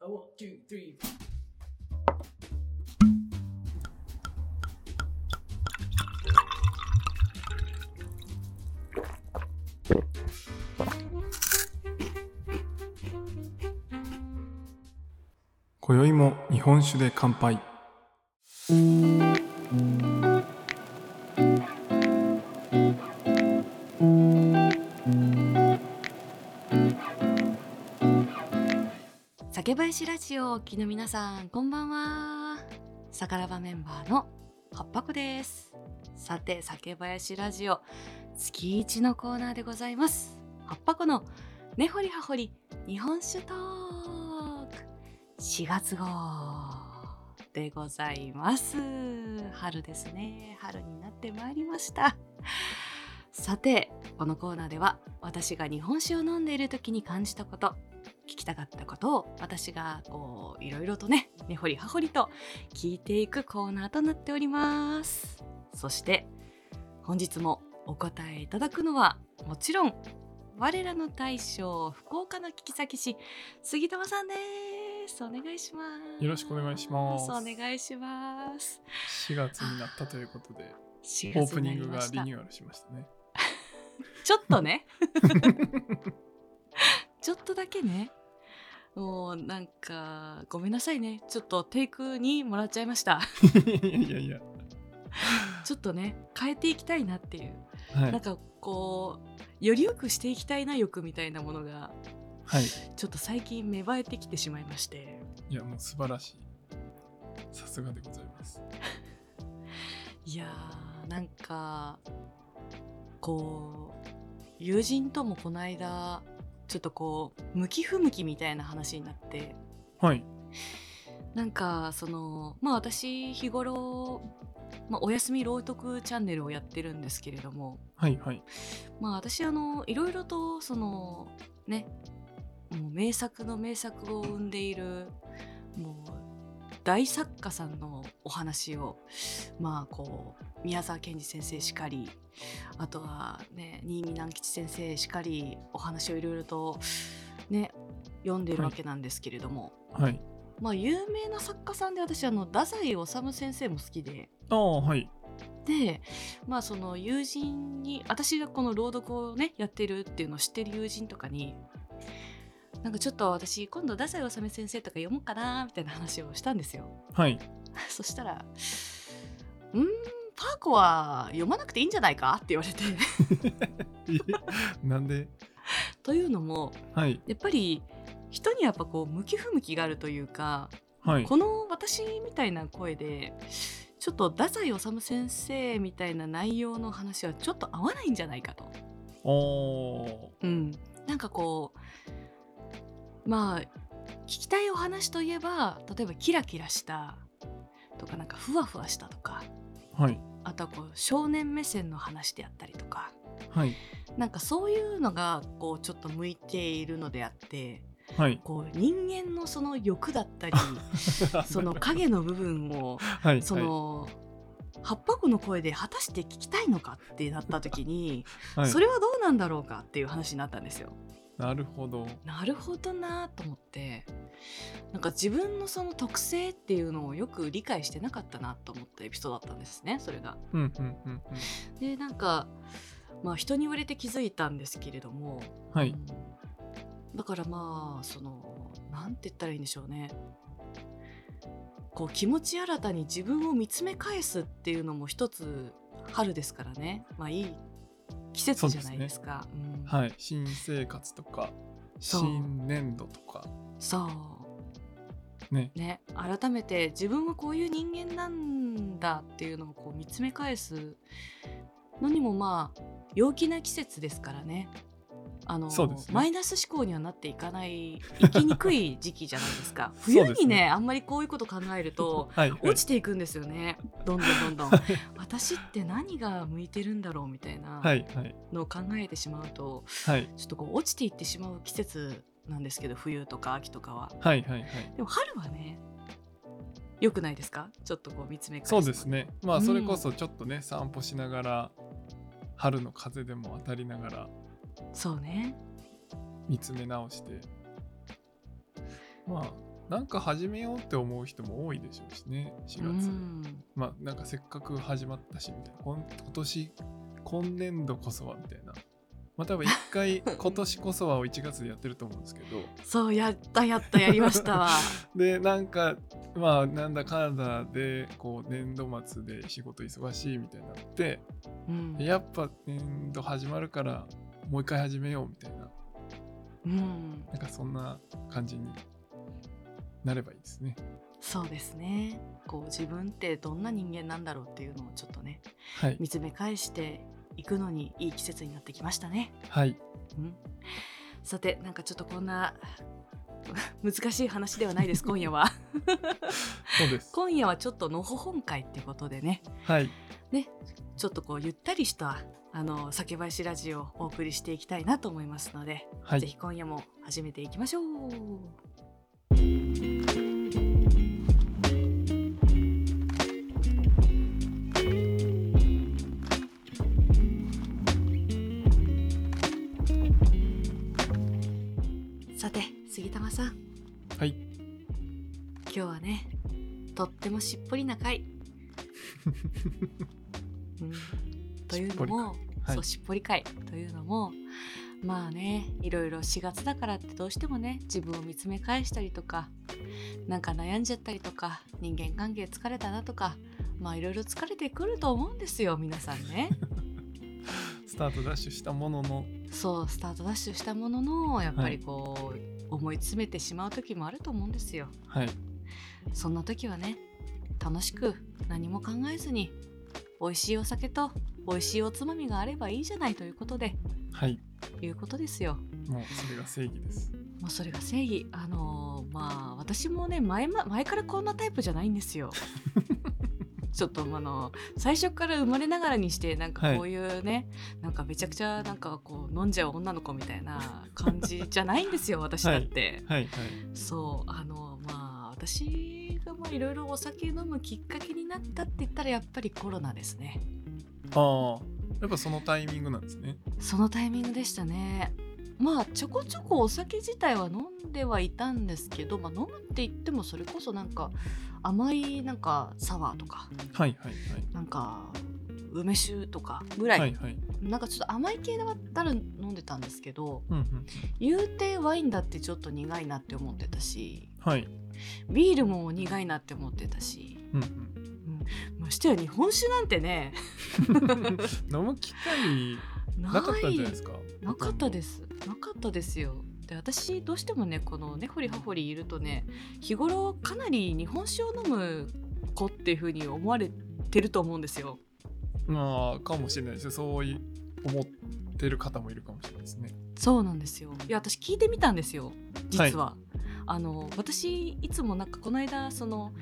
あ、ワン、ツー、スリ今宵も日本酒で乾杯酒林ラジオをお聞きの皆さんこんばんはさからばメンバーの八白ですさて酒林ラジオ月一のコーナーでございます八白の根掘り葉掘り日本酒トーク4月号でございます春ですね春になってまいりましたさてこのコーナーでは私が日本酒を飲んでいる時に感じたこと聞きたかったことを私がこういろいろとね根掘り葉掘りと聞いていくコーナーとなっておりますそして本日もお答えいただくのはもちろん我らの大将福岡の聞き先師杉玉さんですお願いしますよろしくお願いしますお願いします4月になったということで4オ月ープニンにグがなりましリたニューアルしましたねちょっとね ちょっとだけねもうなんかごめんなさいねちょっとテイク2もらっちゃいましたいやいやいやちょっとね変えていきたいなっていう、 はいなんかこうより良くしていきたいな欲みたいなものがはいちょっと最近芽生えてきてしまいましていやもう素晴らしいさすがでございますいやーなんかこう友人ともこの間ちょっとこう向き不向きみたいな話になってはいなんかそのまあ私日頃、まあ、お休み朗読チャンネルをやってるんですけれどもはいはいまあ私あのいろいろとそのねもう名作の名作を生んでいるもう大作家さんのお話をまあこう宮沢賢治先生しかりあとはね新見南吉先生しかりお話をいろいろとね読んでるわけなんですけれども、はいまあ有名な作家さんで私あの太宰治先生も好きでああはいでまあその友人に私がこの朗読をねやってるっていうのを知ってる友人とかになんかちょっと私今度太宰治先生とか読もうかなみたいな話をしたんですよ はい そしたら「うーんパーコは読まなくていいんじゃないか?」って言われて えなんでというのもはいやっぱり人にはやっぱこう向き不向きがあるというかはいこの私みたいな声でちょっと太宰治先生みたいな内容の話はちょっと合わないんじゃないかと。おうん、なんかこうまあ聞きたいお話といえば例えばキラキラしたとかなんかふわふわしたとかーはいあとはこう少年目線の話であったりとかはいなんかそういうのがこうちょっと向いているのであってはいこう人間のその欲だ ったりその影の部分をはいその、八白の声で果たして聞きたいのかってなった時に、はいそれはどうなんだろうかっていう話になったんですよ。なるほどなるほどなと思ってなんか自分のその特性っていうのをよく理解してなかったなと思ったエピソードだったんですねそれが。うんうんうんうんでなんかまあ人に言われて気づいたんですけれども、はいだからまあそのなんて言ったらいいんでしょうねこう気持ち新たに自分を見つめ返すっていうのも一つ春ですからねまあいい季節じゃないですか。うんはい新生活とかそう新年度とかそねうね改めて自分はこういう人間なんだっていうのをこう見つめ返すのにもまあ陽気な季節ですからねあのそうですねマイナス思考にはなっていかない生きにくい時期じゃないですか そうですね冬にねあんまりこういうこと考えるとはいはい落ちていくんですよねどんど んどんどん私って何が向いてるんだろうみたいなはいはいのを考えてしまうと、はいちょっとこう落ちていってしまう季節なんですけど冬とか秋とかははいはいはいでも春はね良くないですかちょっとこう見つめ返すそうですねまうあんそれこそちょっとね、散歩しながら春の風でも当たりながらそうね見つめ直してまあなんか始めようって思う人も多いでしょうしね4月、うんまあなんかせっかく始まったしみたいなこん今年今年度こそはみたいなまあ多分一 回今年こそはを1月でやってると思うんですけどそうやったやったやりました わでなんかまあなんだかんだでこう年度末で仕事忙しいみたいになってうんやっぱ年度始まるからもう一回始めようみたいなうんなんかそんな感じになればいいですねそうですねこう自分ってどんな人間なんだろうっていうのをちょっとねはい見つめ返していくのにいい季節になってきましたね。はいうん、さてなんかちょっとこんな 難しい話ではないです今夜はそうです今夜はちょっとのほほん会っていうことでねはいちょっとこうゆったりしたあの酒林ラジオをお送りしていきたいなと思いますのではぜいひ今夜も始めていきましょう。さて杉玉さんはい今日はねとってもしっぽり な回、うんというのもはいそうしっぽり会というのもまあねいろいろ4月だからってどうしてもね自分を見つめ返したりとかなんか悩んじゃったりとか人間関係疲れたなとかまあいろいろ疲れてくると思うんですよ皆さん ね。スタートダッシュしたもののそうスタートダッシュしたもののやっぱりこう、思い詰めてしまう時もあると思うんですよ。はいそんな時はね楽しく何も考えずに美味しいお酒と美味しいおつまみがあればいいじゃないということではいいうことですよ。もうそれが正義ですもうそれが正義あのーまあ私もね前,、ま、前からこんなタイプじゃないんで すよちょっとあの最初から生まれながらにしてなんはかいこういうね、なんかめちゃくちゃなんかこう飲んじゃう女の子みたいな感じじゃないんで すよ私だって、はいはいそうあのまあ私がまあいろいろお酒飲むきっかけになったって言ったらやっぱりコロナですねああやっぱそのタイミングなんですねそのタイミングでしたねまあちょこちょこお酒自体は飲んではいたんですけど、まあ、飲むって言ってもそれこそなんか甘いなんかサワーとかはいはいなんか梅酒とかぐらはいい、はいはいなんかちょっと甘い系だったら飲んでたんですけどうんうん言うてワインだってちょっと苦いなって思ってたしはいビールも苦いなって思ってたしうん うんましてや日本酒なんてね飲む機会ななかったんじゃないですかなかったですなかったですよで私どうしてもねこのねほりはほりいるとね日頃かなり日本酒を飲む子っていう風に思われてると思うんですよまあかもしれないですねそうい思ってる方もいるかもしれないですねそうなんですよいや私聞いてみたんですよ実は、あの私いつもなんかこの間その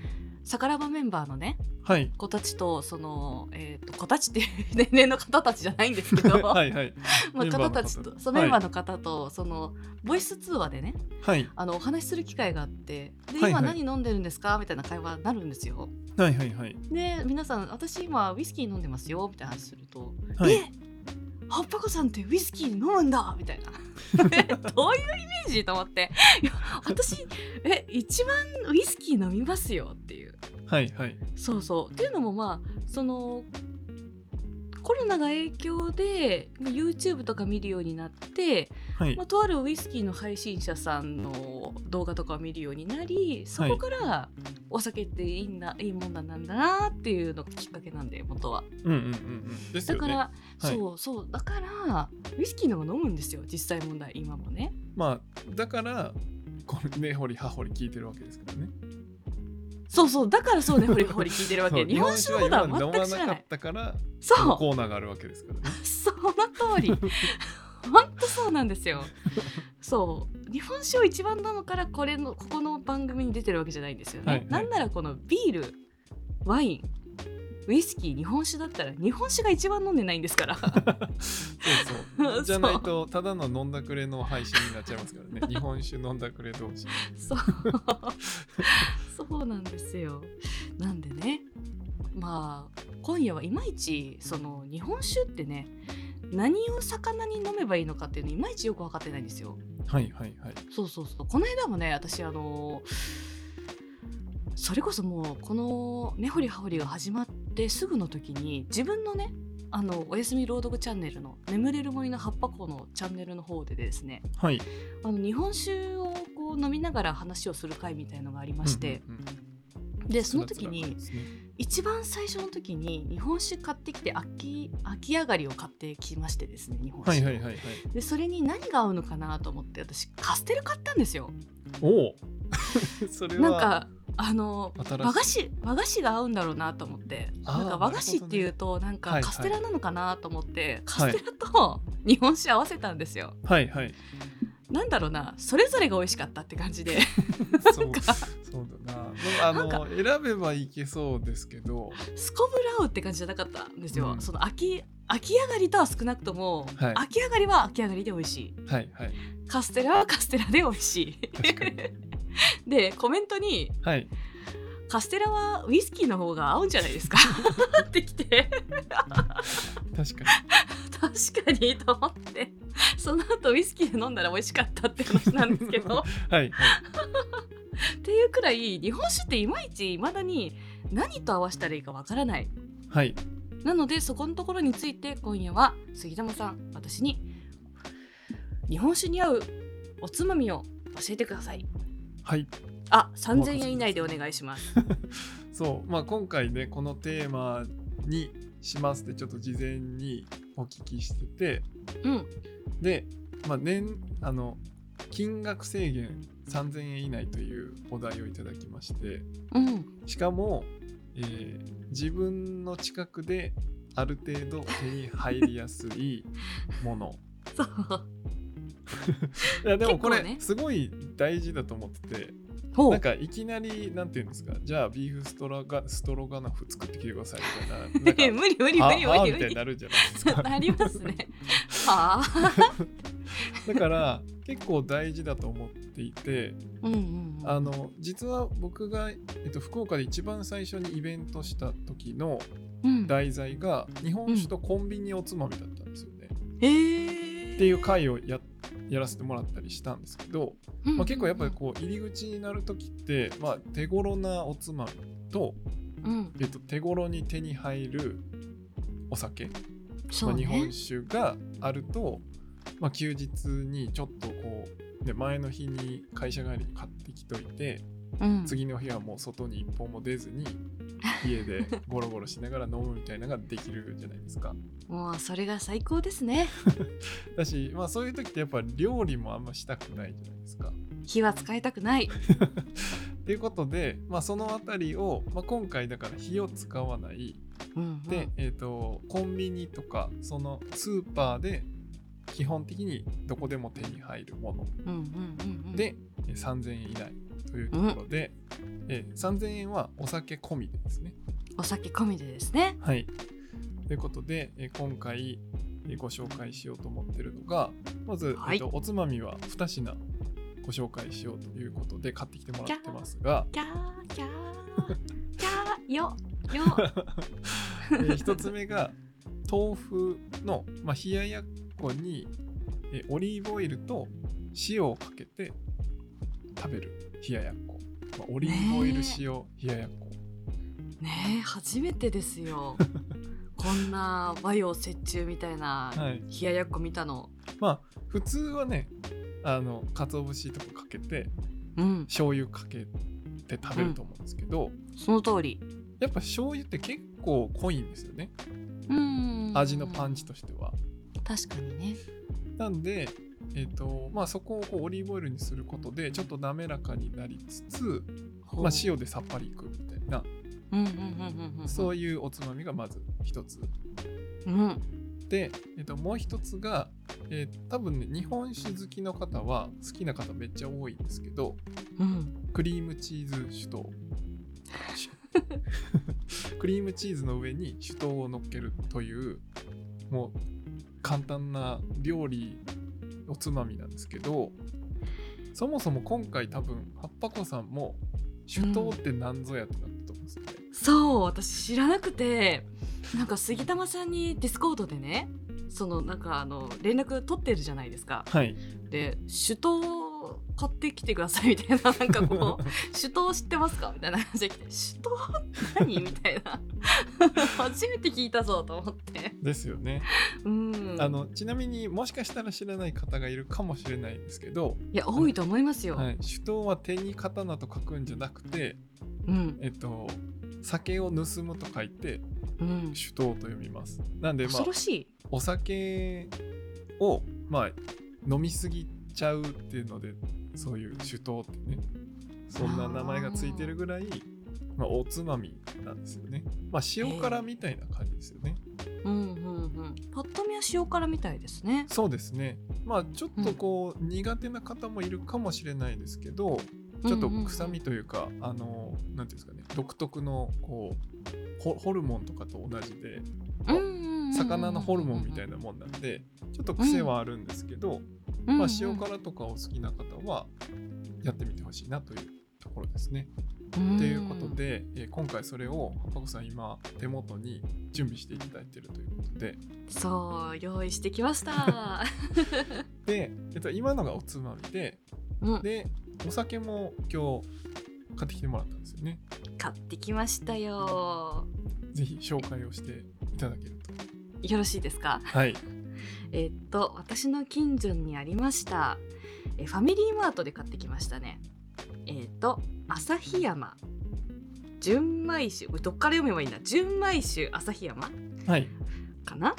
さからばメンバーのね はい子たちとその、えー、と子たちっていう 年齢の方たちじゃないんですけど、はいはい まあ、メンバーの方方たちとそうはいメンバーの方と、そのボイス通話でねはいあのお話しする機会があって「ではい今はい何飲んでるんですか?」みたいな会話になるんですよ。はいはいはいで皆さん「私今ウイスキー飲んでますよ」みたいな話すると「はいえ葉っぱ子さんってウイスキー飲むんだ!」みたいな えどういうイメージと思って「いや私え一番ウイスキー飲みますよ」っていうはいはいそうそうっていうのもまあそのコロナが影響で YouTube とか見るようになってはいまあ、とあるウイスキーの配信者さんの動画とかを見るようになりそこからお酒っていいんだ、い、いもんだなんだなっていうのがきっかけなんで元はうんうんうんうんですだよかねら、はいそうそうだからウイスキーの方が飲むんですよ実際問題今もねまあだからこれ根掘り葉掘り聞いてるわけですからねそうそうだか らそうねほりほり聞いてるわそけう日本酒のこと日は本酒全くは知今飲まらななかいったからそうコーナーがあるわけですからねその通り ほんとそうなんですよそう日本酒を一番飲むからこれのここの番組に出てるわけじゃないんですよね、はいはいなんならこのビールワインウイスキー日本酒だったら日本酒が一番飲んでないんですから そうそう。じゃないとただの飲んだくれの配信になっちゃいますからね。日本酒飲んだくれ同士。そう そうなんですよなんでねまあ今夜はいまいちその日本酒ってね何を魚に飲めばいいのかっていうのいまいちよく分かってないんですよはいはいはい。そうそうそうこの間もね私あのーそれこそもうこの「根掘り葉掘り」が始まってすぐの時に自分のねあのおやすみ朗読チャンネルの「眠れる森の葉っぱ子」のチャンネルの方でですねはいあの日本酒をこう飲みながら話をする会みたいのがありまして、うんうんでその時つらつらにですね一番最初の時に日本酒買ってきて秋秋上がりを買ってきましてですね日本は酒、いはいはいはいでそれに何が合うのかなと思って私カステル買ったんですよおお それはなんかあの新しい和菓子和菓子が合うんだろうなと思ってあーなんか和菓子っていうとなんはかいはいカステラなのかなと思って、はいカステラと 日本酒合わせたんですよ、はいはいなんだろうなそれぞれが美味しかったって 感じで そうそうだなまああなんかの選べばいけそうですけどすこぶらうって感じじゃなかったんですよ、うんその秋秋上がりとは少なくとも、はい秋上がりは秋上がりで美味しいはいはいカステラはカステラで美味しい確かに でコメントにはい「カステラはウイスキーの方が合うんじゃないで すか? 」ってきて確か確かにと思ってその後ウイスキーで飲んだら美味しかったって話なんですけ どにはいはいっていうくらい日本酒っていまいちいまだに何と合わせたらいいかわからないはいなのでそこのところについて今夜は杉玉さん私に日本酒に合うおつまみを教えてくださいはいあ3000円以内でお願いしますそうまあ今回ねこのテーマにしますってちょっと事前にお聞きしててうんで、まあ、年あの金額制限3000円以内というお題をいただきましてうんしかも、えー自分の近くである程度手に入りやす いものそういやでもこ結れ構ねすごい大事だと思ってて、ほなんうかいきなりなんていうんですかじゃあビーフストロガストロガナフ作ってきてください みたいななんか 無理無理あ無理あ無ー理みた無いに理なるじゃないですか なりますねはあだから結構大事だと思っていてうんうんうんあの実は僕が、えっと、福岡で一番最初にイベントした時のうん題材が日本酒とコンビニおつまみだったんですよね。へーっていう回をややらせてもらったりしたんですけど、うんまあ、結構やっぱりこう入り口になる時って、まあ、手頃なおつまみと、うんえっと、手頃に手に入るお酒、そまうあ、ね日本酒があると、まあ、休日にちょっとこう、ね、前の日に会社帰りに買ってきといてうん次の日はもう外に一歩も出ずに家でゴロゴロしながら飲むみたいなのができるじゃないですか。もうそれが最高ですねだし、まあ、そういう時ってやっぱ料理もあんましたくないじゃないですか。火は使いたくないということで、まあ、そのあたりを、まあ、今回だから火を使わないうんうんで、えー、とコンビニとかそのスーパーで基本的にどこでも手に入るものうんうんうんうんで、えー3000円以内というところで、えー3000円はお酒込みでですね。お酒込みでですねはい、ということで、えー今回えーご紹介しようと思ってるのがまず、はいえーとおつまみは2品ご紹介しようということで買ってきてもらってますが。キャーキャ ーキャーよよえー一つ目が豆腐の、まあ、冷ややっこに、えーオリーブオイルと塩をかけて食べる冷ややっこ、まあオリーブオイルねえ塩冷ややっこねえ初めてです よこんな和洋折衷みたいなはい冷ややっこ見たのまあ普通はねあの鰹節とかかけてうん醤油かけて食べると思うんですけど、その通りやっぱ醤油って結構濃いんですよねうん味のパンチとしては、確かにねなんで、えーとまあ、そこをこうオリーブオイルにすることでちょっと滑らかになりつつほうまあ、塩でさっぱりいくみたいな、うんうんうんうんうんそういうおつまみがまず一つうんで、えっと、もう一つが、えー多分ね日本酒好きの方は好きな方めっちゃ多いんですけどうんクリームチーズ酒 とクリームチーズの上に酒糖を乗っけるというもう簡単な料理おつまみなんですけどそもそも今回多分葉っぱ子さんも酒糖って何ぞやってなったと思うんですよね。そう私知らなくてなんか杉玉さんにディスコードでねそのなんかあの連絡取ってるじゃないですかはいで酒盗買ってきてくださいみたい ななんかこう手刀知ってますかみたいな感じで来て手刀何みたいな初めて聞いたぞと思ってですよね、うんあのちなみにもしかしたら知らない方がいるかもしれないんですけど、いや多いと思いますよ、はい、手刀は手に刀と書くんじゃなくて、うんえっと、酒を盗むと書いてうん手刀と読みますなんでまあ恐ろしいお酒をまあ飲みすぎちゃうっていうのでそういう酒盗ってねそんな名前がついてるぐらいまあ、おつまみなんですよねまあ塩辛みたいな感じですよね、うんうんうんパッと見は塩辛みたいですねそうですねまあちょっとこう、苦手な方もいるかもしれないですけどちょっと臭みというか、あのなんていうんですかね独特のこうホホルモンとかと同じでうんうんうんうん魚のホルモンみたいなもんなんでちょっと癖はあるんですけど、まあ、塩辛とかお好きな方はやってみてほしいなというところですね。といということで、えー今回それをハパコさん今手元に準備していただいているということでそう用意してきました で、えっと、今のがおつまみでうんでお酒も今日買ってきてもらったんですよね。買ってきましたよぜひ紹介をしていただけると。よろしいですかはい、えっと私の近所にありましたえファミリーマートで買ってきましたねえっと旭山純米酒これどっから読めばいいんだ純米酒旭山はい、かな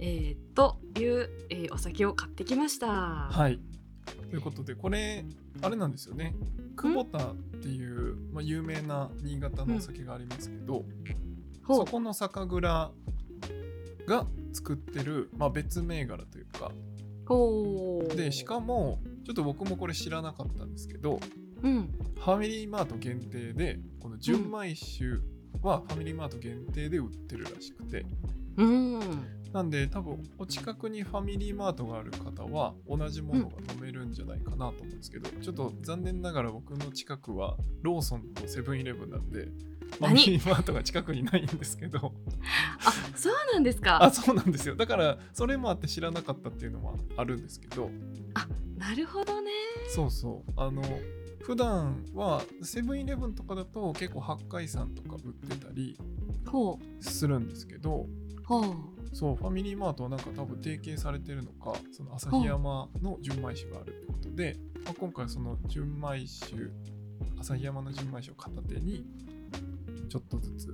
えっという、えーお酒を買ってきましたはい。ということで、これ、あれなんですよね。久保田っていう、まあ、有名な新潟のお酒がありますけど、ほうそこの酒蔵が作ってる、まあ、別銘柄というか、ほうで、しかも、ちょっと僕もこれ知らなかったんですけど、うんファミリーマート限定で、この純米酒はファミリーマート限定で売ってるらしくて、うんなんで多分お近くにファミリーマートがある方は同じものが飲めるんじゃないかなと思うんですけど、ちょっと残念ながら僕の近くはローソンとセブンイレブンなんでファミ何リーマートが近くにないんですけどあそうなんですかあそうなんですよだからそれもあって知らなかったっていうのもあるんですけどなるほどねそうそうあの普段はセブンイレブンとかだと結構八海山とか売ってたりほするんですけどうほうそうファミリーマートはなんか多分提携されてるのかその旭山の純米酒があるってことで、まあ、今回その純米酒旭山の純米酒を片手にちょっとずつ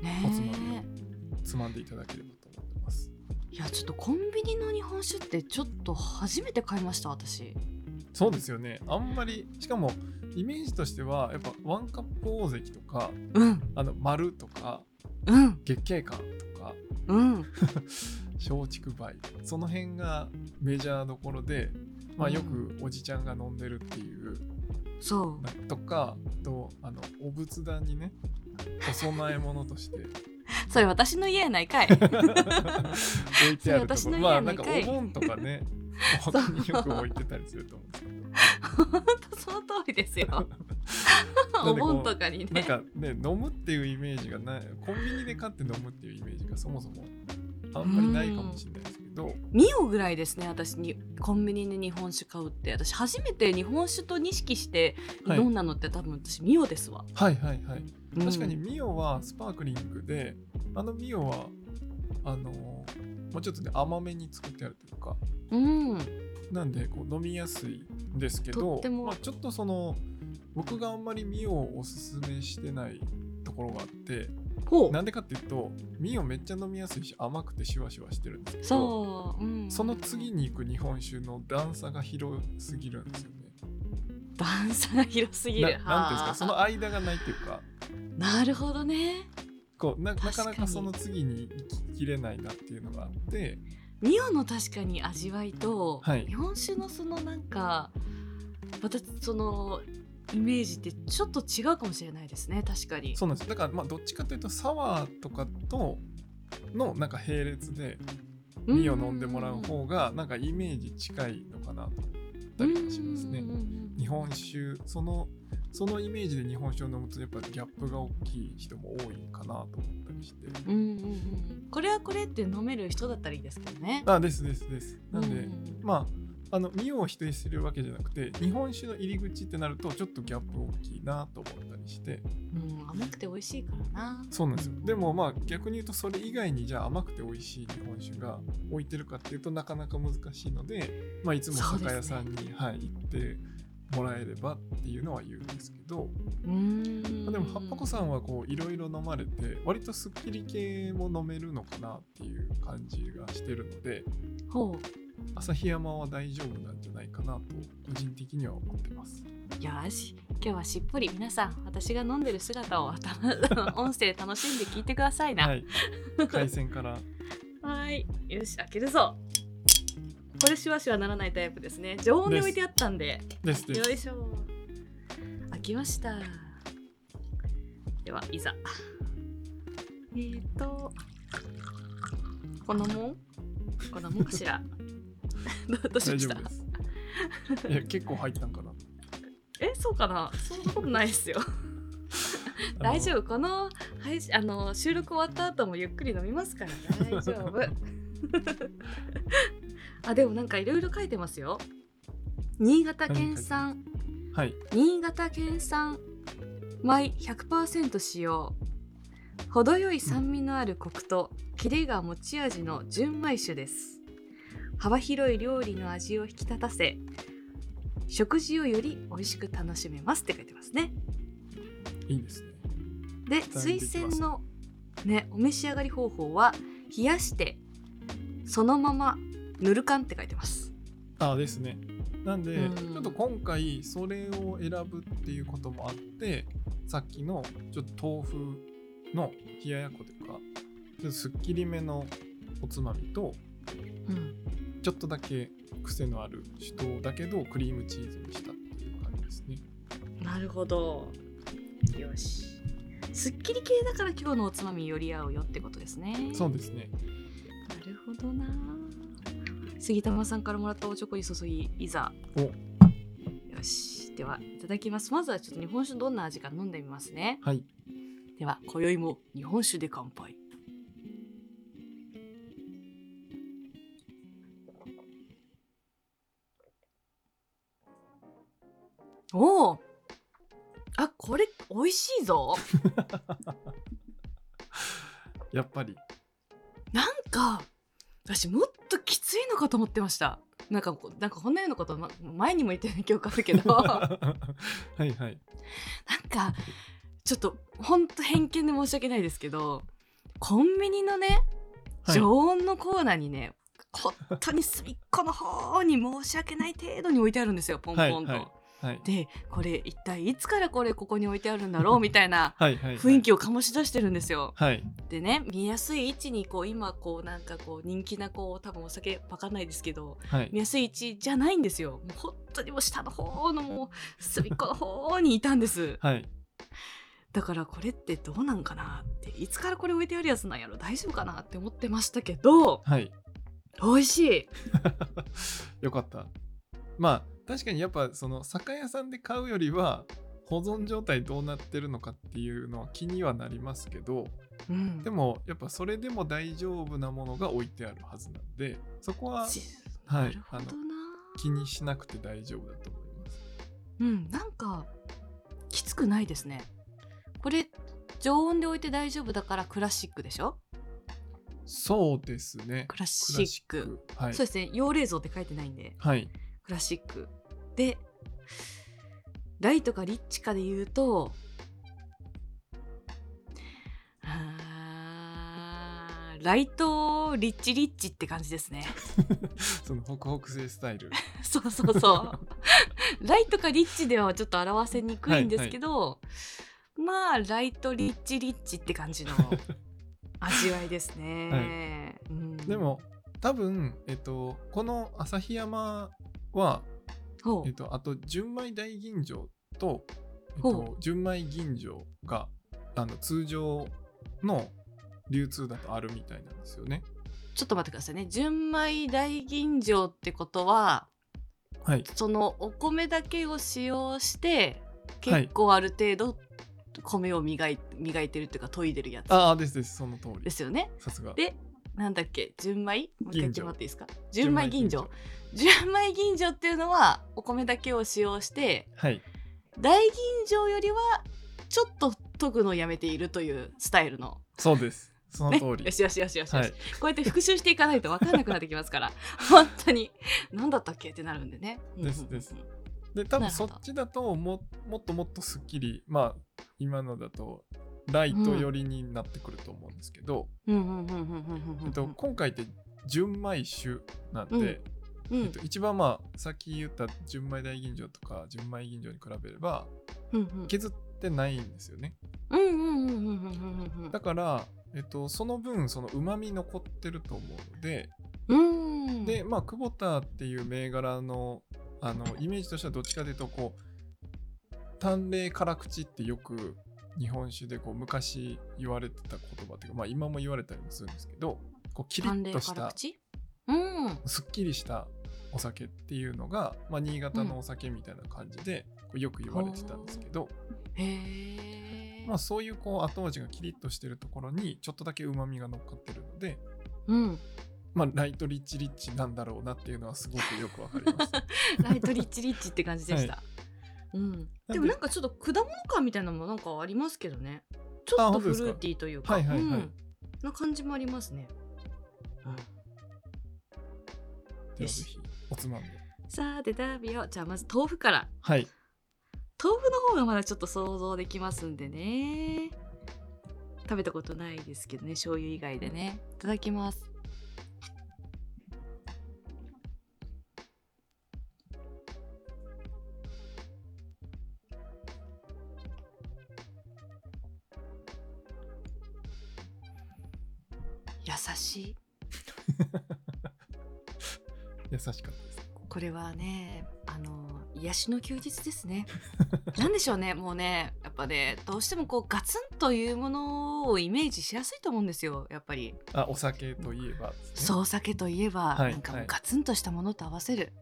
ねおつまみえつまんでいただければと思ってますいやちょっとコンビニの日本酒ってちょっと初めて買いました私そうですよねあんまりしかもイメージとしてはやっぱワンカップ大関とかうんあの丸とかうん月桂冠とかうん松竹梅その辺がメジャーどころで、まあ、よくおじちゃんが飲んでるっていう、そとかあとあのお仏壇にねお供え物として うそれ私の家やない かい置いてあるとそこれ私のろ家まあななんんかかいお盆とか ねお墓によく置いてたりすると思うんですけど本当その通りで すよお盆とかになねんかね飲むっていうイメージがないコンビニで買って飲むっていうイメージがそもそもあんまりないかもしれないですけどミオぐらいですね私にコンビニで日本酒買うって私初めて日本酒と錦してはい飲んだのって、多分私ミオですわ、はいはいはいうん確かにミオはスパークリングであのミオはあのもうちょっとね甘めに作ってあるというかうんなんでこう飲みやすいんですけとどって、もまあ、ちょっとその僕があんまりミオをおすすめしてないところがあってほなうんでかっていうとミオめっちゃ飲みやすいし甘くてシュワシュワしてるんですけどそう、うん、その次に行く日本酒の段差が広すぎるんですよね。 段差が広すぎるななんていうんですかそはの間がないっていうかあなるほどねこうなな確かかになかその次に行ききれないなっていうのがあってミオの確かに味わいと、はい日本酒のそのなんかまたそのイメージってちょっと違うかもしれないですね確かにそうなんですだからまあどっちかというとサワーとかとのなんか並列でうんミを飲んでもらう方がなんかイメージ近いのかなと思ったりはしますねうん。うんうん日本酒そのそのイメージで日本酒を飲むとやっぱギャップが大きい人も多いかなと思ったりして。うんうんうんうんこれはこれって飲める人だったらいいですけどねあですですです。なんで、うんうんまああのミオを否定するわけじゃなくて日本酒の入り口ってなるとちょっとギャップ大きいなと思ったりしてうん、甘くて美味しいからな。そうなんですよでもまあ逆に言うとそれ以外にじゃあ甘くて美味しい日本酒が置いてるかっていうとなかなか難しいので、まあ、いつもそうです酒ね屋さんに、はい、行ってもらえればっていうのは言うんですけど、うーまあん。でも葉っぱ子さんはこういろいろ飲まれて割とすっきり系も飲めるのかなっていう感じがしてるのでほ旭山は大丈夫なんじゃないかなと個人的には思ってます。う。よし。今日はしっぽり皆さん、私が飲んでる姿を頭 音声で楽しんで聞いてくださいな。は、はい海鮮からーい。よし、開けるぞ。これシュワシュワならないタイプですね。常温で置いてあったんで。ですです よいしょ。開きました。では、いざ。えーと、こんなもんこんなもん かしら。どどうしま大し丈た夫です。いや結構入ったん かな。えそうかなそんなことないですよ大丈夫夫この配信あの収録終わった後もゆっくり飲みますから大丈夫あでもなんかいろいろ書いてますよ新潟県産はい新潟県産米100%使用程よい酸味のあるコクとキレが持ち味の純米酒です幅広い料理の味を引き立たせ食事をより美味しく楽しめますって書いてますねいいですね。で待で推きます薦の、ね、お召し上がり方法は冷やしてそのままぬるかんって書いてますあですね。なんで、うんちょっと今回それを選ぶっていうこともあってさっきのちょっと豆腐の冷ややっこというかちょっとすっきりめのおつまみとうんちょっとだけ癖のある酒盗だけどクリームチーズにしたっていう感じですね。なるほどよしすっきり系だから今日のおつまみにより合うよってことですねそうですね。なるほどな杉玉さんからもらったおチョコに注ぎいざおよしではいただきますまずはちょっと日本酒どんな味か飲んでみますねはい。では今宵も日本酒で乾杯おおあこれ美味しいぞやっぱ りなんか私もっときついのかと思ってましたなんかこうなんかこんなようなこと、ま、前にも言ってない記憶あるけどなんはいはい。かちょっとほんと偏見で申し訳ないですけどコンビニのねはい、常温のコーナーにね本当に隅っこの方に申し訳ない程度に置いてあるんですよポンポンと。はいはいでこれ一体いつからこれここに置いてあるんだろうみたいなはいはい。雰囲気を醸し出してるんですよ。はい。でね見やすい位置にこう今こうなんかこう人気なこう多分お酒わかんないですけどはい見。やすい位置じゃないんですよ。もう本当にもう下の方のもう隅っこの方にいたんです。はい。だからこれってどうなんかなっていつからこれ置いてあるやつなんやろ大丈夫かなって思ってましたけどはい。美味しいよかった。まあ確かにやっぱその酒屋さんで買うよりは保存状態どうなってるのかっていうのは気にはなりますけどうんでもやっぱそれでも大丈夫なものが置いてあるはずなんでそこはしはないるほどな、気にしなくて大丈夫だと思います。うんなんかきつくないですねこれ常温で置いて大丈夫だからクラシックでしょそうですね。クラシッククはいそう。ですね用冷蔵って書いてないんではい。クラシックでライトかリッチかで言うとあーライトリッチリッチって感じですね そのホクホク性スタイル。そうそうそ うライトかリッチではちょっと表せにくいんですけど、まあライトリッチリッチって感じの 味わいですね、うんでも多分えっとこの旭山はほえっと、あと純米大吟醸と、えっほと、純米吟醸があの通常の流通だとあるみたいなんですよね。うちょっと待ってくださいね純米大吟醸ってことははい、そのお米だけを使用してはい結構ある程度米を磨い磨いてるっていうか研いでるやつああですですその通りですよね。さすが。でなんだっけ純米もう一回言ってもらっていいですか純純米米吟吟醸醸純米吟醸っていうのはお米だけを使用してはい大吟醸よりはちょっと研ぐのをやめているというスタイルの、そうですそのね、通りよしよしよしよし、はいこうやって復習していかないと分かんなくなってきますから 本当に何だったっけってなるんでね。ですですうんうんうんで多な分るほそどっちだとももっともっとすっきりまあ今のだとライト寄りになってくると思うんですけど、うんうんうんうんうんうんうんえっと、今回って純米酒なんで、うんうえっんと、一番まあさっき言った純米大吟醸とか純米吟醸に比べればうんうん削ってないんですよねうんうんうんうんうんうんだから、えっと、その分そのうまみ残ってると思うので、うんうんでまあ久保田っていう銘柄のあのイメージとしてはどっちかというとこう淡麗辛口ってよく日本酒でこう昔言われてた言葉っていうか、まあ、今も言われたりもするんですけどこうキリ淡ッ麗とし辛た口うんすっきりしたお酒っていうのが、まあ、新潟のお酒みたいな感じで、こうよく言われてたんですけど、へえ、まあ、そういうこう後味がキリッとしてるところにちょっとだけうまみが乗っかってるので、 うん、まあ、ライトリッチリッチなんだろうなっていうのはすごくよくわかり ます。ライトリッチリッチって感じでした、うん、でもなんかちょっと果物感みたいなのもなんかありますけどねちょあ本っと当フですかルーティーというかはいはいはいうん、な感じもありますね、ではぜひおつまみをさあでダービーをじゃあまず豆腐からはい豆腐の方がまだちょっと想像できますんでね食べたことないですけどね醤油以外でねいただきます優しい優しかったです。これはねあの癒しの休日で すねなんでしょうねもうねやっぱねどうしてもこうガツンというものをイメージしやすいと思うんですよやっぱりあお酒といえばですね、そう酒といえば、はいなんかもはういガツンとしたものと合わせる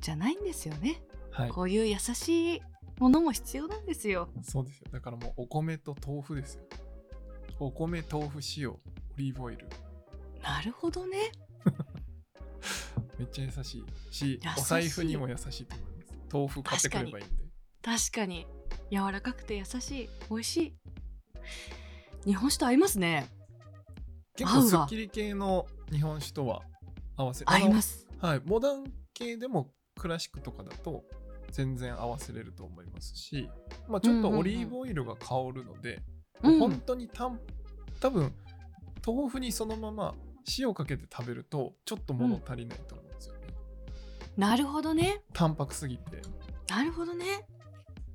じゃないんですよね、はいこういう優しいものも必要なんですよそうですよだからもうお米と豆腐ですよ。お米豆腐塩オリーブオイルなるほどねめっちゃ優しいし優しいお財布にも優しいと思います。豆腐買ってくればいいんで。確かに柔らかくて優しい美味しい日本酒と合いますね結合う構わすっきり系の日本酒とは合わせ、合いますすはい、モダン系でもクラシックとかだと全然合わせれると思いますし、まあ、ちょっとオリーブオイルが香るので、うん本当にたん多分豆腐にそのまま塩かけて食べるとちょっと物足りないと思うんですよね、なるほどね淡白すぎ てなるほどね。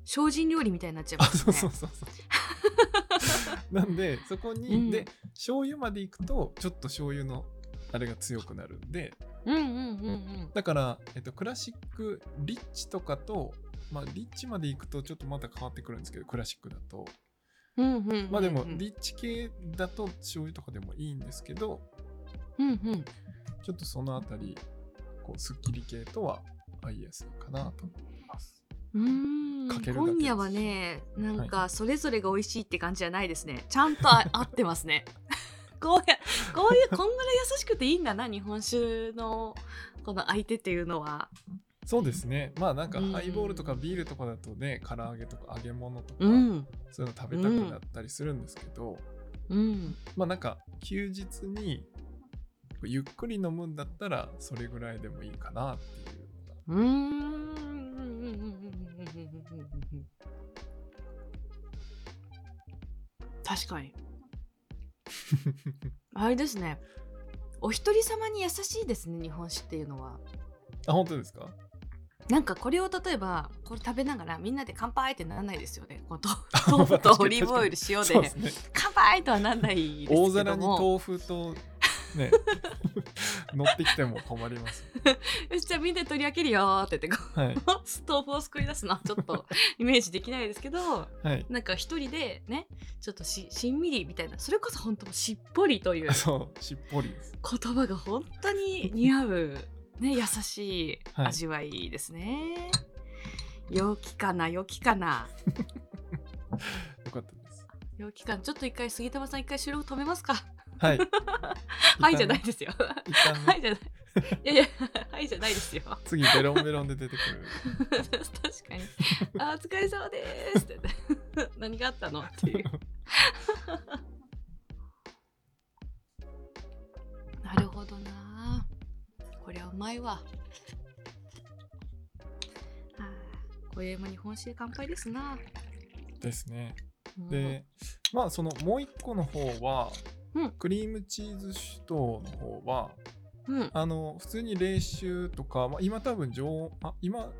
精進料理みたいになっちゃいあますそうね。そうそうそう なんでそこに、うんで醤油までいくとちょっと醤油のあれが強くなるんでうんうんうんうん。だから、えっと、クラシックリッチとかと、まあ、リッチまでいくとちょっとまた変わってくるんですけどクラシックだとうんうんうんうんまあでもリッチ系だと醤油とかでもいいんですけどうんうん。ちょっとそのあたりこうすっきり系とは合いやすいかなと思いますうーんかけるだけです今夜はね、なんかそれぞれが美味しいって感じじゃないですね。ちゃんと あ合ってますね。こうや、こういう、こんぐらい優しくていいんだな、日本酒のこの相手っていうのは。そうですねまあなんかうんハイボールとかビールとかだとね唐揚げとか揚げ物とかうん。そういうの食べたくなったりするんですけど、うん。まあなんか休日にゆっくり飲むんだったらそれぐらいでもいいかなっていうのがうーんうんうんうんうんうんうんうん確かにあれですねお一人様に優しいですね日本酒っていうのはあ本当ですかなんかこれを例えばこれ食べながらみんなで乾杯ってならないですよねこあの豆腐 確かにとオリーブオイル塩そうでですね乾杯とはならないですけども大皿に豆腐と ね乗ってきても困りますよしじゃあみんなで取り分けるよーって言ってこはいの豆腐を救い出すのはちょっ とイメージできないですけどはいなんか一人でねちょっとししんみりみたいなそれこそ本当しっぽりというそうしっぽりです言葉が本当に似合う、 ね、優しいはい味わいですね。陽気かな陽気かなよかったです 陽気かなちょっと一回杉玉さん一回収録止めますかはいはいじゃないですよ。一旦ね はい じゃない。いやいや、はいじゃないですよ。次ベロンベロンで出てく確かに。あー、お疲れ様ですって 言って何があったのっていう。 なるほどな。こりゃうまいわ。あーこれも日本酒で乾杯ですな。るです ねうん、でまあそのもう一個の方は、うんクリームチーズシュトーの方はうん、あの普通に冷酒とか、まあ、今多分常温あ今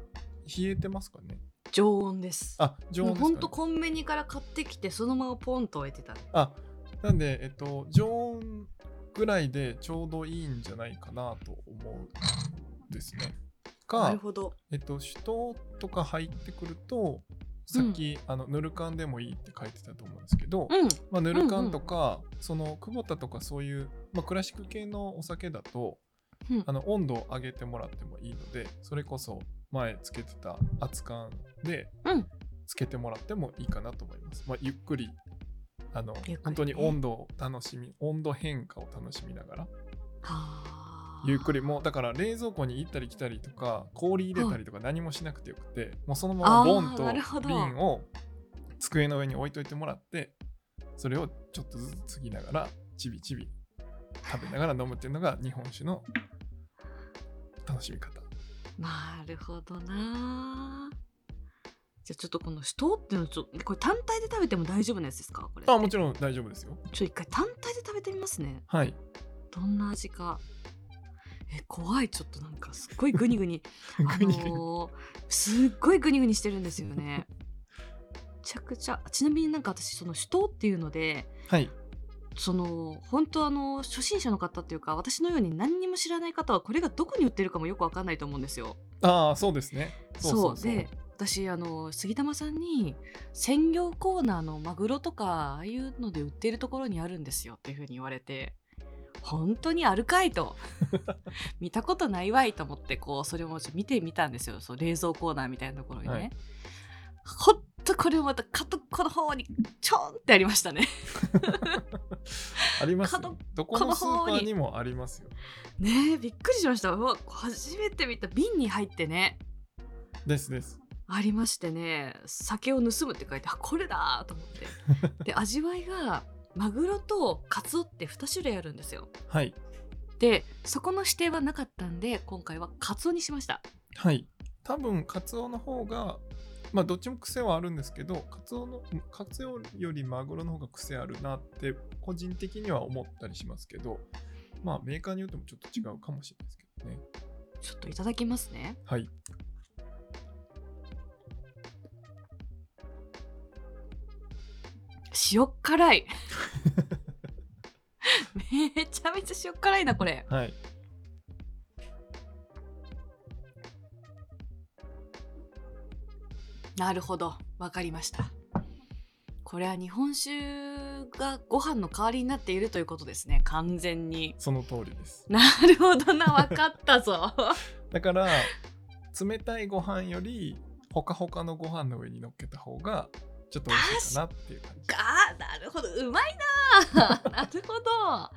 冷えてますかね常温です。あ常も温うですか、ほねんとコンビニから買ってきてそのままポンと置いてたねあなんで、えっと、常温ぐらいでちょうどいいんじゃないかなと思うんですね。なるか、ほどえっと、手刀とか入ってくると、さっき、あのぬる缶でもいいって書いてたと思うんですけど、うんまあ、ぬる缶とか、その久保田とかそういう、まあ、クラシック系のお酒だとうんあの温度を上げてもらってもいいのでそれこそ前つけてた熱燗でうんつけてもらってもいいかなと思います、まあ、ゆっくりあのゆっくりね本当に温度を楽しみ温度変化を楽しみながらはーゆっくりもうだから冷蔵庫に行ったり来たりとか氷入れたりとか何もしなくてよくて、もうそのままボンあーとなるほど瓶を机の上に置いといてもらってそれをちょっとずつつぎながらちびちび食べながら飲むっていうのが日本酒の楽しみ方なるほどなあ。じゃあちょっとこのシュトーっていうのちょこれ単体で食べても大丈夫なやつですかこれ。あもちろん大丈夫ですよちょ一回単体で食べてみますね。はいどんな味か。え怖いちょっとなんかすっごいグニグニ あグニグニのー、すっごいグニグニしてるんですよね。めちゃくちゃあちなみになんか私そのシュトーっていうので はいその本当あの初心者の方っていうか私のように何にも知らない方はこれがどこに売ってるかもよくわかんないと思うんですよ。ああそうですねそうで私あの杉玉さんに専業コーナーのマグロとかああいうので売ってるところにあるんですよっていうふうに言われて本当にあるかい と見たことないわいと思ってこうそれも見てみたんですよそう冷蔵コーナーみたいなところにね、はいほんとこれもまた角っこの方にちょんってありましたねありますよ角どこのスーパこの方ーににもありますよねえびっくりしましたうわ初めて見た瓶に入ってねですですありましてね酒を盗むって書いてあこれだと思っ てで味わいがマグロとカツオって2種類あるんですよはいでそこの指定はなかったんで今回はカツオにしましたはい多分カツオの方がまあどっちも癖はあるんですけどカツオのカツオよりマグロの方が癖あるなって個人的には思ったりしますけどまあメーカーによってもちょっと違うかもしれないですけどねちょっといただきますねはい塩っ辛い めちゃめちゃ塩っ辛いなこれはいなるほどわかりましたこれは日本酒がご飯の代わりになっているということですね完全にその通りですなるほどなわかった ぞだから冷たいご飯よりほかほかのご飯の上に乗っけた方がちょっと美味しいかなっていう感じあーなるほどうまいなーなるほど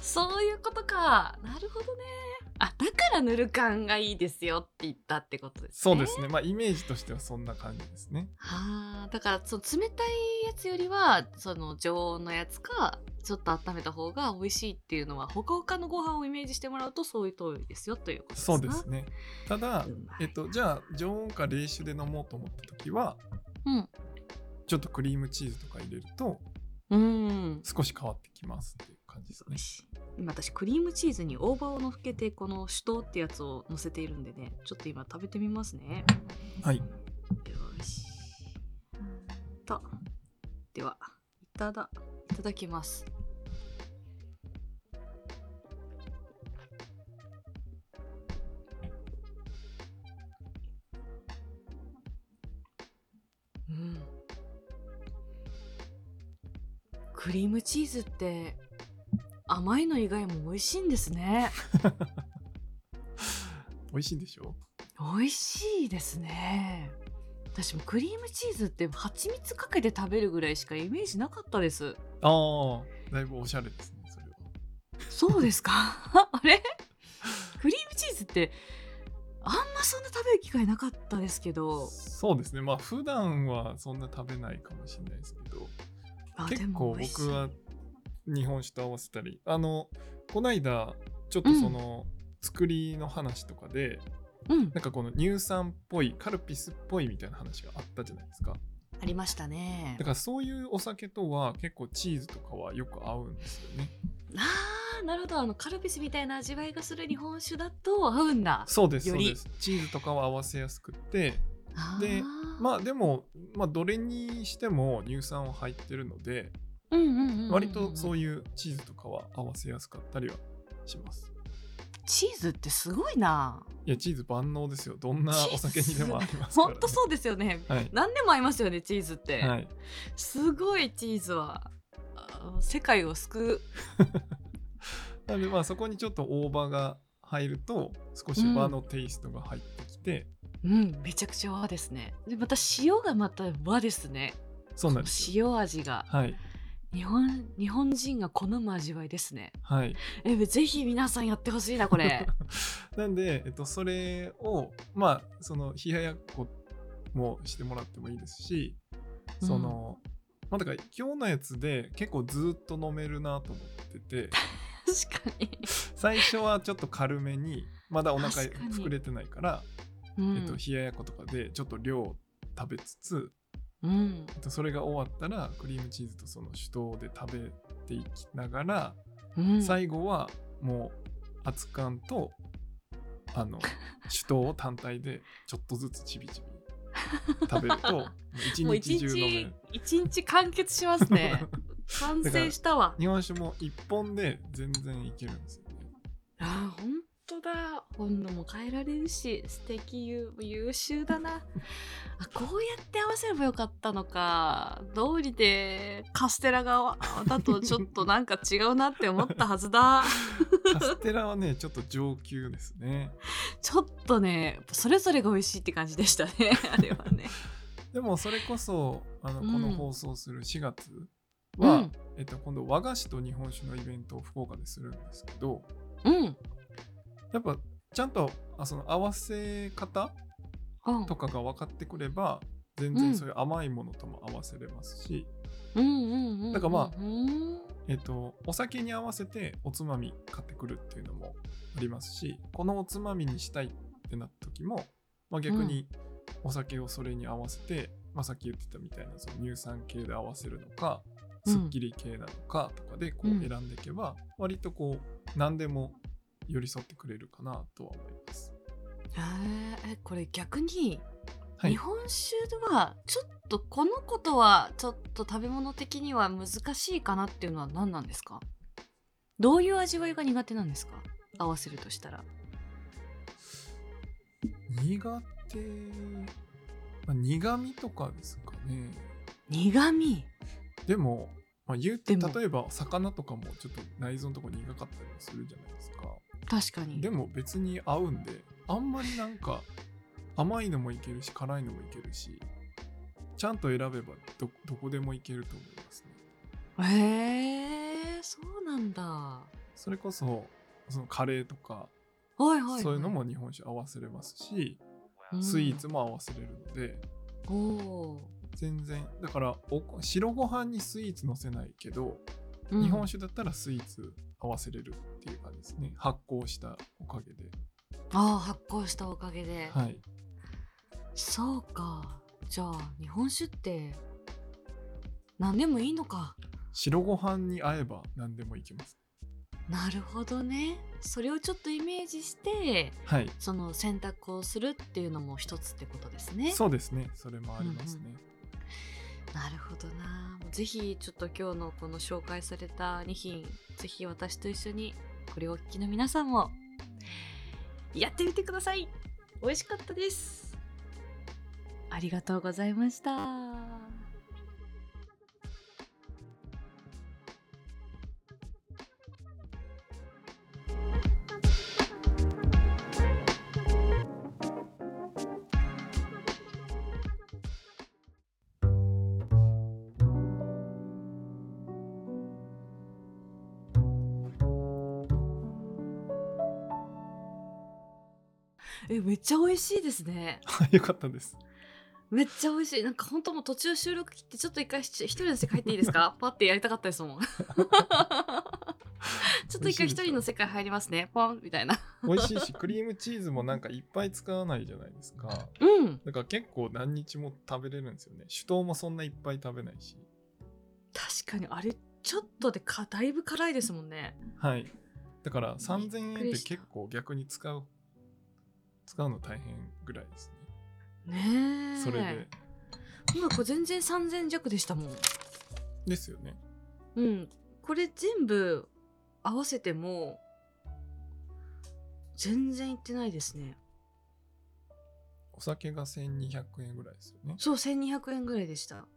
そういうことかなるほどねあだからぬる感がいいですよって言ったってことですそねうですねまあイメージとしてはそんな感じですねあーだからその冷たいやつよりはその常温のやつかちょっと温めた方が美味しいっていうのはほかほかのご飯をイメージしてもらうとそういう通りですよということですなそうですねただうまいえっと、じゃあ常温か冷酒で飲もうと思った時はうんちょっとクリームチーズとか入れるとうん少し変わってきますっていう感じです美ね味。しい今私クリームチーズに大葉をのっけてこのシュトーってやつをのせているんでねちょっと今食べてみますねはい、よしとではいただいただきますうんクリームチーズって甘いの以外も美味しいんですね美味しいんでしょ美味しいですね私もクリームチーズって蜂蜜かけて食べるぐらいしかイメージなかったですああだいぶおしゃれですねそれは。そうですか あれクリームチーズってあんまそんな食べる機会なかったですけどそうですねまあ普段はそんな食べないかもしれないですけどあで結も構美味しそう僕は日本酒と合わせたりあのこないだちょっとその、作りの話とかでうんなんかこの乳酸っぽいカルピスっぽいみたいな話があったじゃないですかありましたねだからそういうお酒とは結構チーズとかはよく合うんですよねあーなるほどあのカルピスみたいな味わいがする日本酒だと合うんだそうですよそうりですチーズとかは合わせやすくってあーでまあでも、まあ、どれにしても乳酸は入ってるのでうんうんうんうんうん割とそういうチーズとかは合わせやすかったりはしますチーズってすごいないやチーズ万能ですよどんなお酒にでも合いますから、本ね、当そうですよねはい、何でも合いますよねチーズって、はい、すごいチーズはあー世界を救なのでまあそこにちょっと大葉が入ると少し和のテイストが入ってきて、ううんめちゃくちゃ和ですねでまた塩がまた和ですねそうなんですよ塩味がはい日本日本人が好む味わいですねはいえぜひ皆さんやってほしいなこ れなんで、えっと、それをまあその冷ややっこもしてもらってもいいですしその、まあだから今日のやつで結構ずっと飲めるなと思って て確かに、最初はちょっと軽めにまだお腹確かに膨れてないから、うんえっと、冷ややっことかでちょっと量を食べつつ、うんえっと、それが終わったらクリームチーズとその手刀で食べていきながら、うん、最後はもう熱燗とあの手刀を単体でちょっとずつちびちび食べるともう一もう一日中飲め日る一日完結します ね完成したわ日本酒も一本で全然いけるんですよねあー本当だ本能も変えられるし素敵優優秀だなあこうやって合わせればよかったのかどうりでカステラが だとちょっとなんか違うなって思ったはずだカステラはねちょっと上級ですねちょっとねそれぞれが美味しいって感じでしたね あれはねでもそれこそあのうこんの放送する4月うは、んえっと、今度和菓子と日本酒のイベントを福岡でするんですけどうんやっぱちゃんとあその合わせ方うんとかが分かってくれば全うん然そういう甘いものとも合わせれますし、うんうんうんだからまあうんえっとお酒に合わせておつまみ買ってくるっていうのもありますしこのおつまみにしたいってなった時も、まあ、逆にお酒をそれに合わせて、まあ、さっき言ってたみたいなその乳酸系で合わせるのかうんすっきり系なのかとかでこううん選んでいけば、割とこう何でも寄り添ってくれるかなとは思います。へーえこれ逆にはい日本酒はちょっとこのことはちょっと食べ物的には難しいかなっていうのは何なんですかどういう味わいが苦手なんですか合わせるとしたら苦手、まあ、苦味とかですかね苦味でも、まあ、言うてでも例えば魚とかもちょっと内臓のとこ苦かったりもするじゃないですか確かにでも別に合うんであんまりなんか甘いのもいけるし辛いのもいけるしちゃんと選べばどどこでもいけると思いますねへえそうなんだはそれこそそのカレーとか、いはい、はい、そういうのも日本酒合わせれますし、うんスイーツも合わせれるのでおお全然だからお白ご飯にスイーツ乗せないけどー、うん日本酒だったらスイーツ合わせれるっていう感じですね発酵したおかげでああ発酵したおかげで、はいそうかじゃあ日本酒って何でもいいのか白ご飯に合えば何でもいけますなるほどねそれをちょっとイメージしてはいその選択をするっていうのも一つってことですね。そうですねそれもありますね、なるほどな。もうぜひちょっと今日のこの紹介された2品ぜひ私と一緒にこれをお聞きの皆さんもやってみてください。美味しかったです。ありがとうございました。えめっちゃ美味しいですね よかったですめっちゃ美味しいなんか本当もう途中収録切ってちょっと一回し一人の世界入っていいです かパってやりたかったですもん ちょっと一回一人の世界入りますねポンみたいな美味しいしクリームチーズもなんかいっぱい使わないじゃないですかうんだから結構何日も食べれるんですよね手刀もそんないっぱい食べないし確かにあれちょっとでかだいぶ辛いですもんねはいだから3000円ってびっくりした結構逆に使う使うの大変ぐらいですねえねそれで今これ全然3000弱でしたもんですよねうんこれ全部合わせても全然いってないですねお酒が1200円ぐらいですよねそう1200円ぐらいでした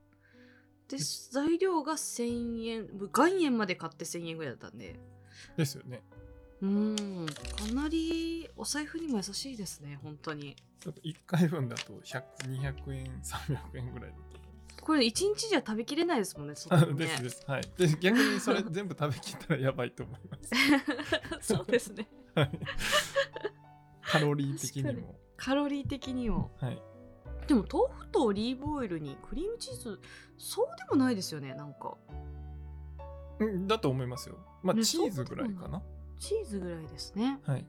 で材料が1000円岩塩まで買って1000円ぐらいだったんでですよねうーんかなりお財布にも優しいですね本当にだと1回分だと100200円300円ぐらいこれ一日じゃ食べきれないです もんねそだことねですですはいで逆にそれ全部食べきったらやばいと思います そうですねはいカロリー的にもカロリー的にもはいでも豆腐とオリーブオイルにクリームチーズそうでもないですよねなんかうんだと思いますよまあねチーズぐらいかなチーズぐらいですねはい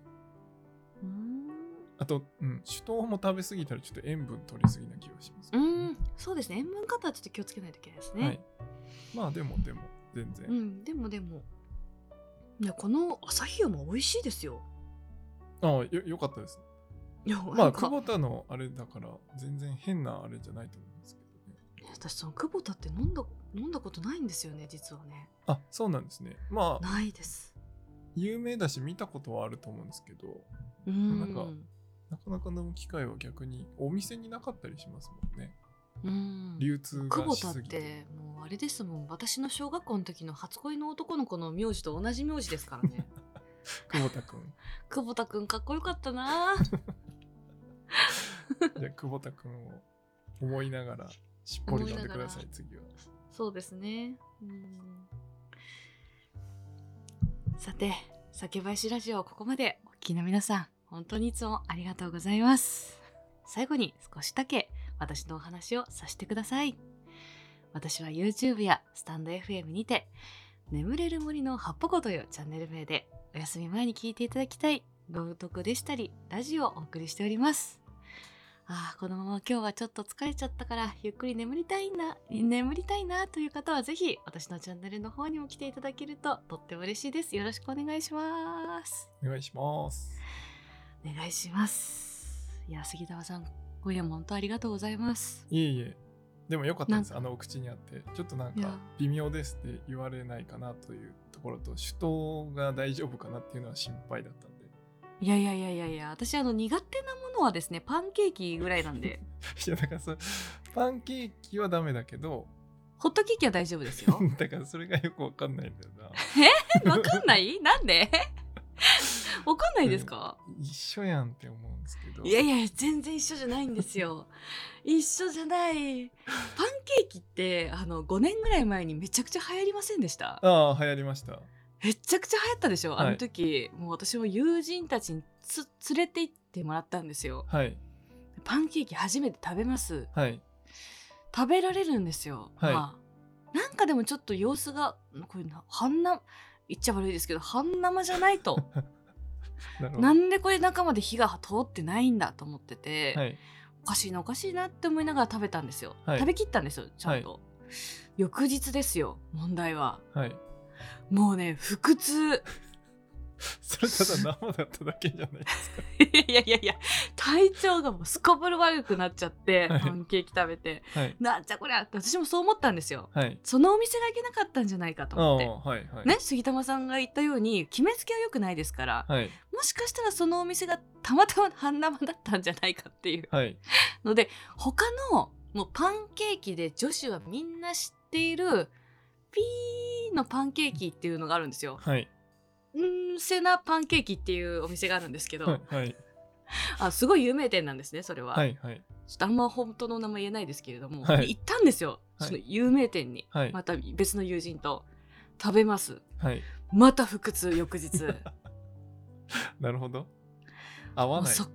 うーんあと、うん、酒盗も食べ過ぎたらちょっと塩分取り過ぎな気がします、うーんそうですね塩分方はちょっと気をつけないといけないですね、はい。まあでもでも全然、うんでもでもいやこの旭山美味しいですよああよよかったです。いやまなあんか久保田のあれだから全然変なあれじゃないと思うんですけどね。私その久保田って飲んだ飲んだことないんですよね実はねあそうなんですね。まあないです有名だし見たことはあると思うんですけどうーんなんかなかなか飲む機会は逆にお店になかったりしますもんね。うーん流通久が保し田っすぎて。てもうあれですもん私の小学校の時の初恋の男の子の名字と同じ名字ですからね久保田 くん。久保田くんかっこよかったなじゃあ久保田くんを思いながらしっぽり飲んでください思次は。そうですねうーんさて酒林ラジオここまでお聞きの皆さん本当にいつもありがとうございます最後に少しだけ私のお話をさせてください私は YouTube やスタンド FM にて眠れる森の葉っぱ子というチャンネル名でお休み前に聞いていただきたい朗読でしたりラジオをお送りしておりますああこのまま今日はちょっと疲れちゃったからゆっくり眠りたいな眠りたいなという方はぜひ私のチャンネルの方にも来ていただけるととっても嬉しいですよろしくお願いしますお願いします。お願いしますいや杉田さん今夜も本当ありがとうございますいえいえ、でもよかったです、なんかあのお口にあって。ちょっとなんいかや、微妙ですって言われないかなというところと、手刀が大丈夫かなっていうのは心配だったんで。いやいやいやいやいや私あの苦手なものはですねパンケーキぐらいなんで いや、だからさ、パンケーキはダメだけど、ホットケーキは大丈夫ですよ だからそれがよくわかんないんだよ な。わかんないなんで わかんないですか、一緒やんって思うんですけど。いやいや全然一緒じゃないんで すよ一緒じゃないパンケーキってあの5年ぐらい前にめちゃくちゃ流行りませんでしたああ、流行りました。めちゃくちゃ流行ったでしょはいあの時、もう私も友人たちにつ連れて行ってもらったんですよはい、パンケーキ初めて食べますはい、食べられるんですよ、はいまあ、なんかでもちょっと様子がこれな半生言っちゃ悪いですけど半生じゃない となるほど。なんでこれ中まで火が通ってないんだと思ってて、はい、おかしいなおかしいなって思いながら食べたんですよ、はい食べきったんですよちゃんと、翌日ですよ問題ははい。 もうね腹痛 それただ生だっただけじゃないですか。いやいやいや体調がもうすこぶる悪くなっちゃってはいパンケーキ食べてはい、なんじゃこりゃって私もそう思ったんですよはい。そのお店だけなかったんじゃないかとあ思あ、ってはい、はい。ね、杉玉さんが言ったように決めつけは良くないですからはい、もしかしたらそのお店がたまたま半生だったんじゃないかっていうはい、ので他のもうパンケーキで女子はみんな知っているピーのパンケーキっていうのがあるんですよ。はい、んーセナパンケーキっていうお店があるんですけど、はい、はい、あすごい有名店なんですねそれは、はい、はい、ちょっとあんま本当の名前言えないですけれども、はい行ったんですよ、はいその有名店に、はいまた別の友人と食べますはい。ま た腹痛翌日なるほど。合わもうない。そ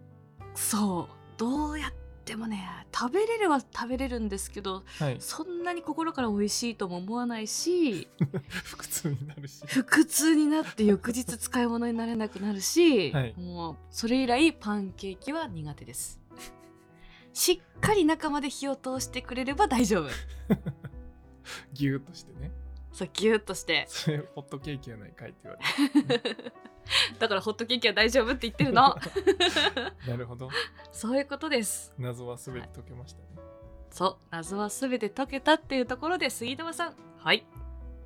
そうどうやってもね食べれるは食べれるんですけどはい、 そんなに心から美味しいとも思わないし腹痛になるし。腹痛になって翌日使い物になれなくなるし、はいもうそれ以来パンケーキは苦手ですしっかり中まで火を通してくれれば大丈夫ギューッとしてね。そうギュッとしてそれホットケーキやないかいって言われだからホットケーキは大丈夫って言って るの て。なるほど。そういうことです謎はすべて解けましたね。そう謎は全て解けたっていうところで杉玉さんはい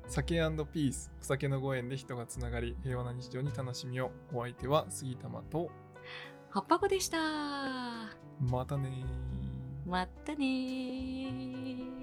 酒ピース、お酒のご縁で人がつながり、平和な日常に楽しみを。お相手は杉玉と、葉っぱ子でしたまたねー。まったねー